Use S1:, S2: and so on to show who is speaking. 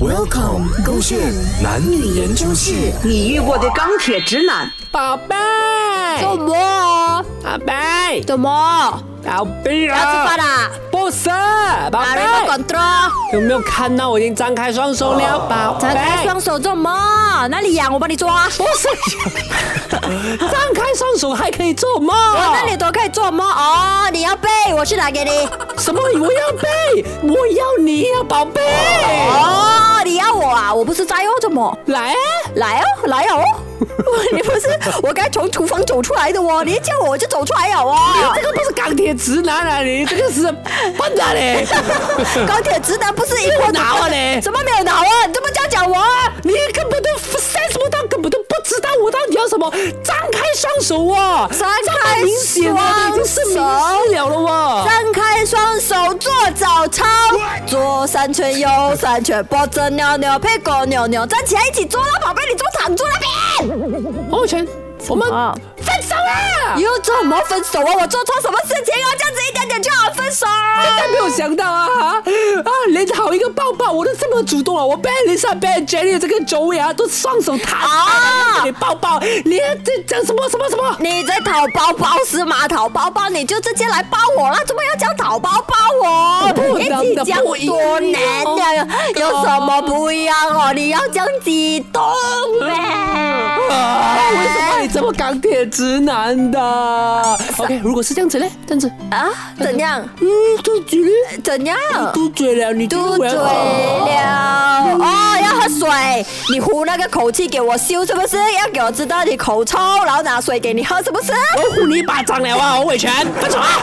S1: Welcome，勾线男女研究室。
S2: 你遇过的钢铁直男，
S3: 宝贝，
S4: 做么？
S3: 宝贝，
S4: 怎么？
S3: 宝贝
S4: 要吃
S3: 啊！
S4: 饭啦？
S3: 不是，宝
S4: 哪里有
S3: 贝，
S4: control？
S3: 有没有看到我已经张开双手了？宝贝，
S4: 哦张开双手做么？哪里痒？我帮你抓。
S3: 不是，张开双手还可以做梦？
S4: 我哦那里都可以做么？哦，你要背，我去拿给你。
S3: 什么？我要背，我要你呀、宝贝。哎
S4: 哦，你要我啊？我不是在哦，怎么？
S3: 来啊，
S4: 来哦，来哦。 你不是我刚从厨房走出来的哦，你一叫我我就走出来了哦
S3: 这。个不是钢铁直男啊，你这个是笨蛋啊嘞！
S4: 高铁直男不是一
S3: 我
S4: 锅
S3: 拿 了嘞
S4: 怎么没有拿啊？你怎么这样讲我啊？
S3: 你根本都 sense 不到，根本都不知道我到底要什么。张开双手哦，
S4: 张开
S3: 这么明显啊了，已经是明示了了哦。
S4: 张开双手做早操，左三圈右三圈，脖子扭扭，屁股扭扭，站起来一起做啦，宝贝，你做躺住那边。
S3: 洪泉，我们
S4: 么
S3: 分手啦！
S4: 又怎么分手啊？我做错什么事情啊？这样子一点点就好分手？
S3: 但没有想到啊啊啊！连好一个抱抱，我都这么主动啊了、我被 Lisa、被 Jenny 这个 Joey 啊，都双手摊开
S4: 啊
S3: 给你抱抱，你这讲什么什么什么？
S4: 你在讨包包是吗？讨包包你就直接来抱我啦，怎么要讲讨包包我？
S3: 不
S4: 一
S3: 能
S4: 起
S3: 的
S4: 讲
S3: 不一样哦
S4: 多难的，有什么不一样哦？你要讲几动呗？
S3: 啊！为什么你这么钢铁直男的？OK，如果是这样子嘞，这样子，
S4: 啊？怎样？
S3: 嗯，肚子嘞，
S4: 怎样？
S3: 嘟嘴了，你
S4: 嘟
S3: 我
S4: 嘴
S3: 要
S4: 了哦，要喝水，你呼那个口气给我修是不是？要给我知道你口臭，然后拿水给你喝是不是？
S3: 我呼你一巴掌了啊，洪伟全，分手啊！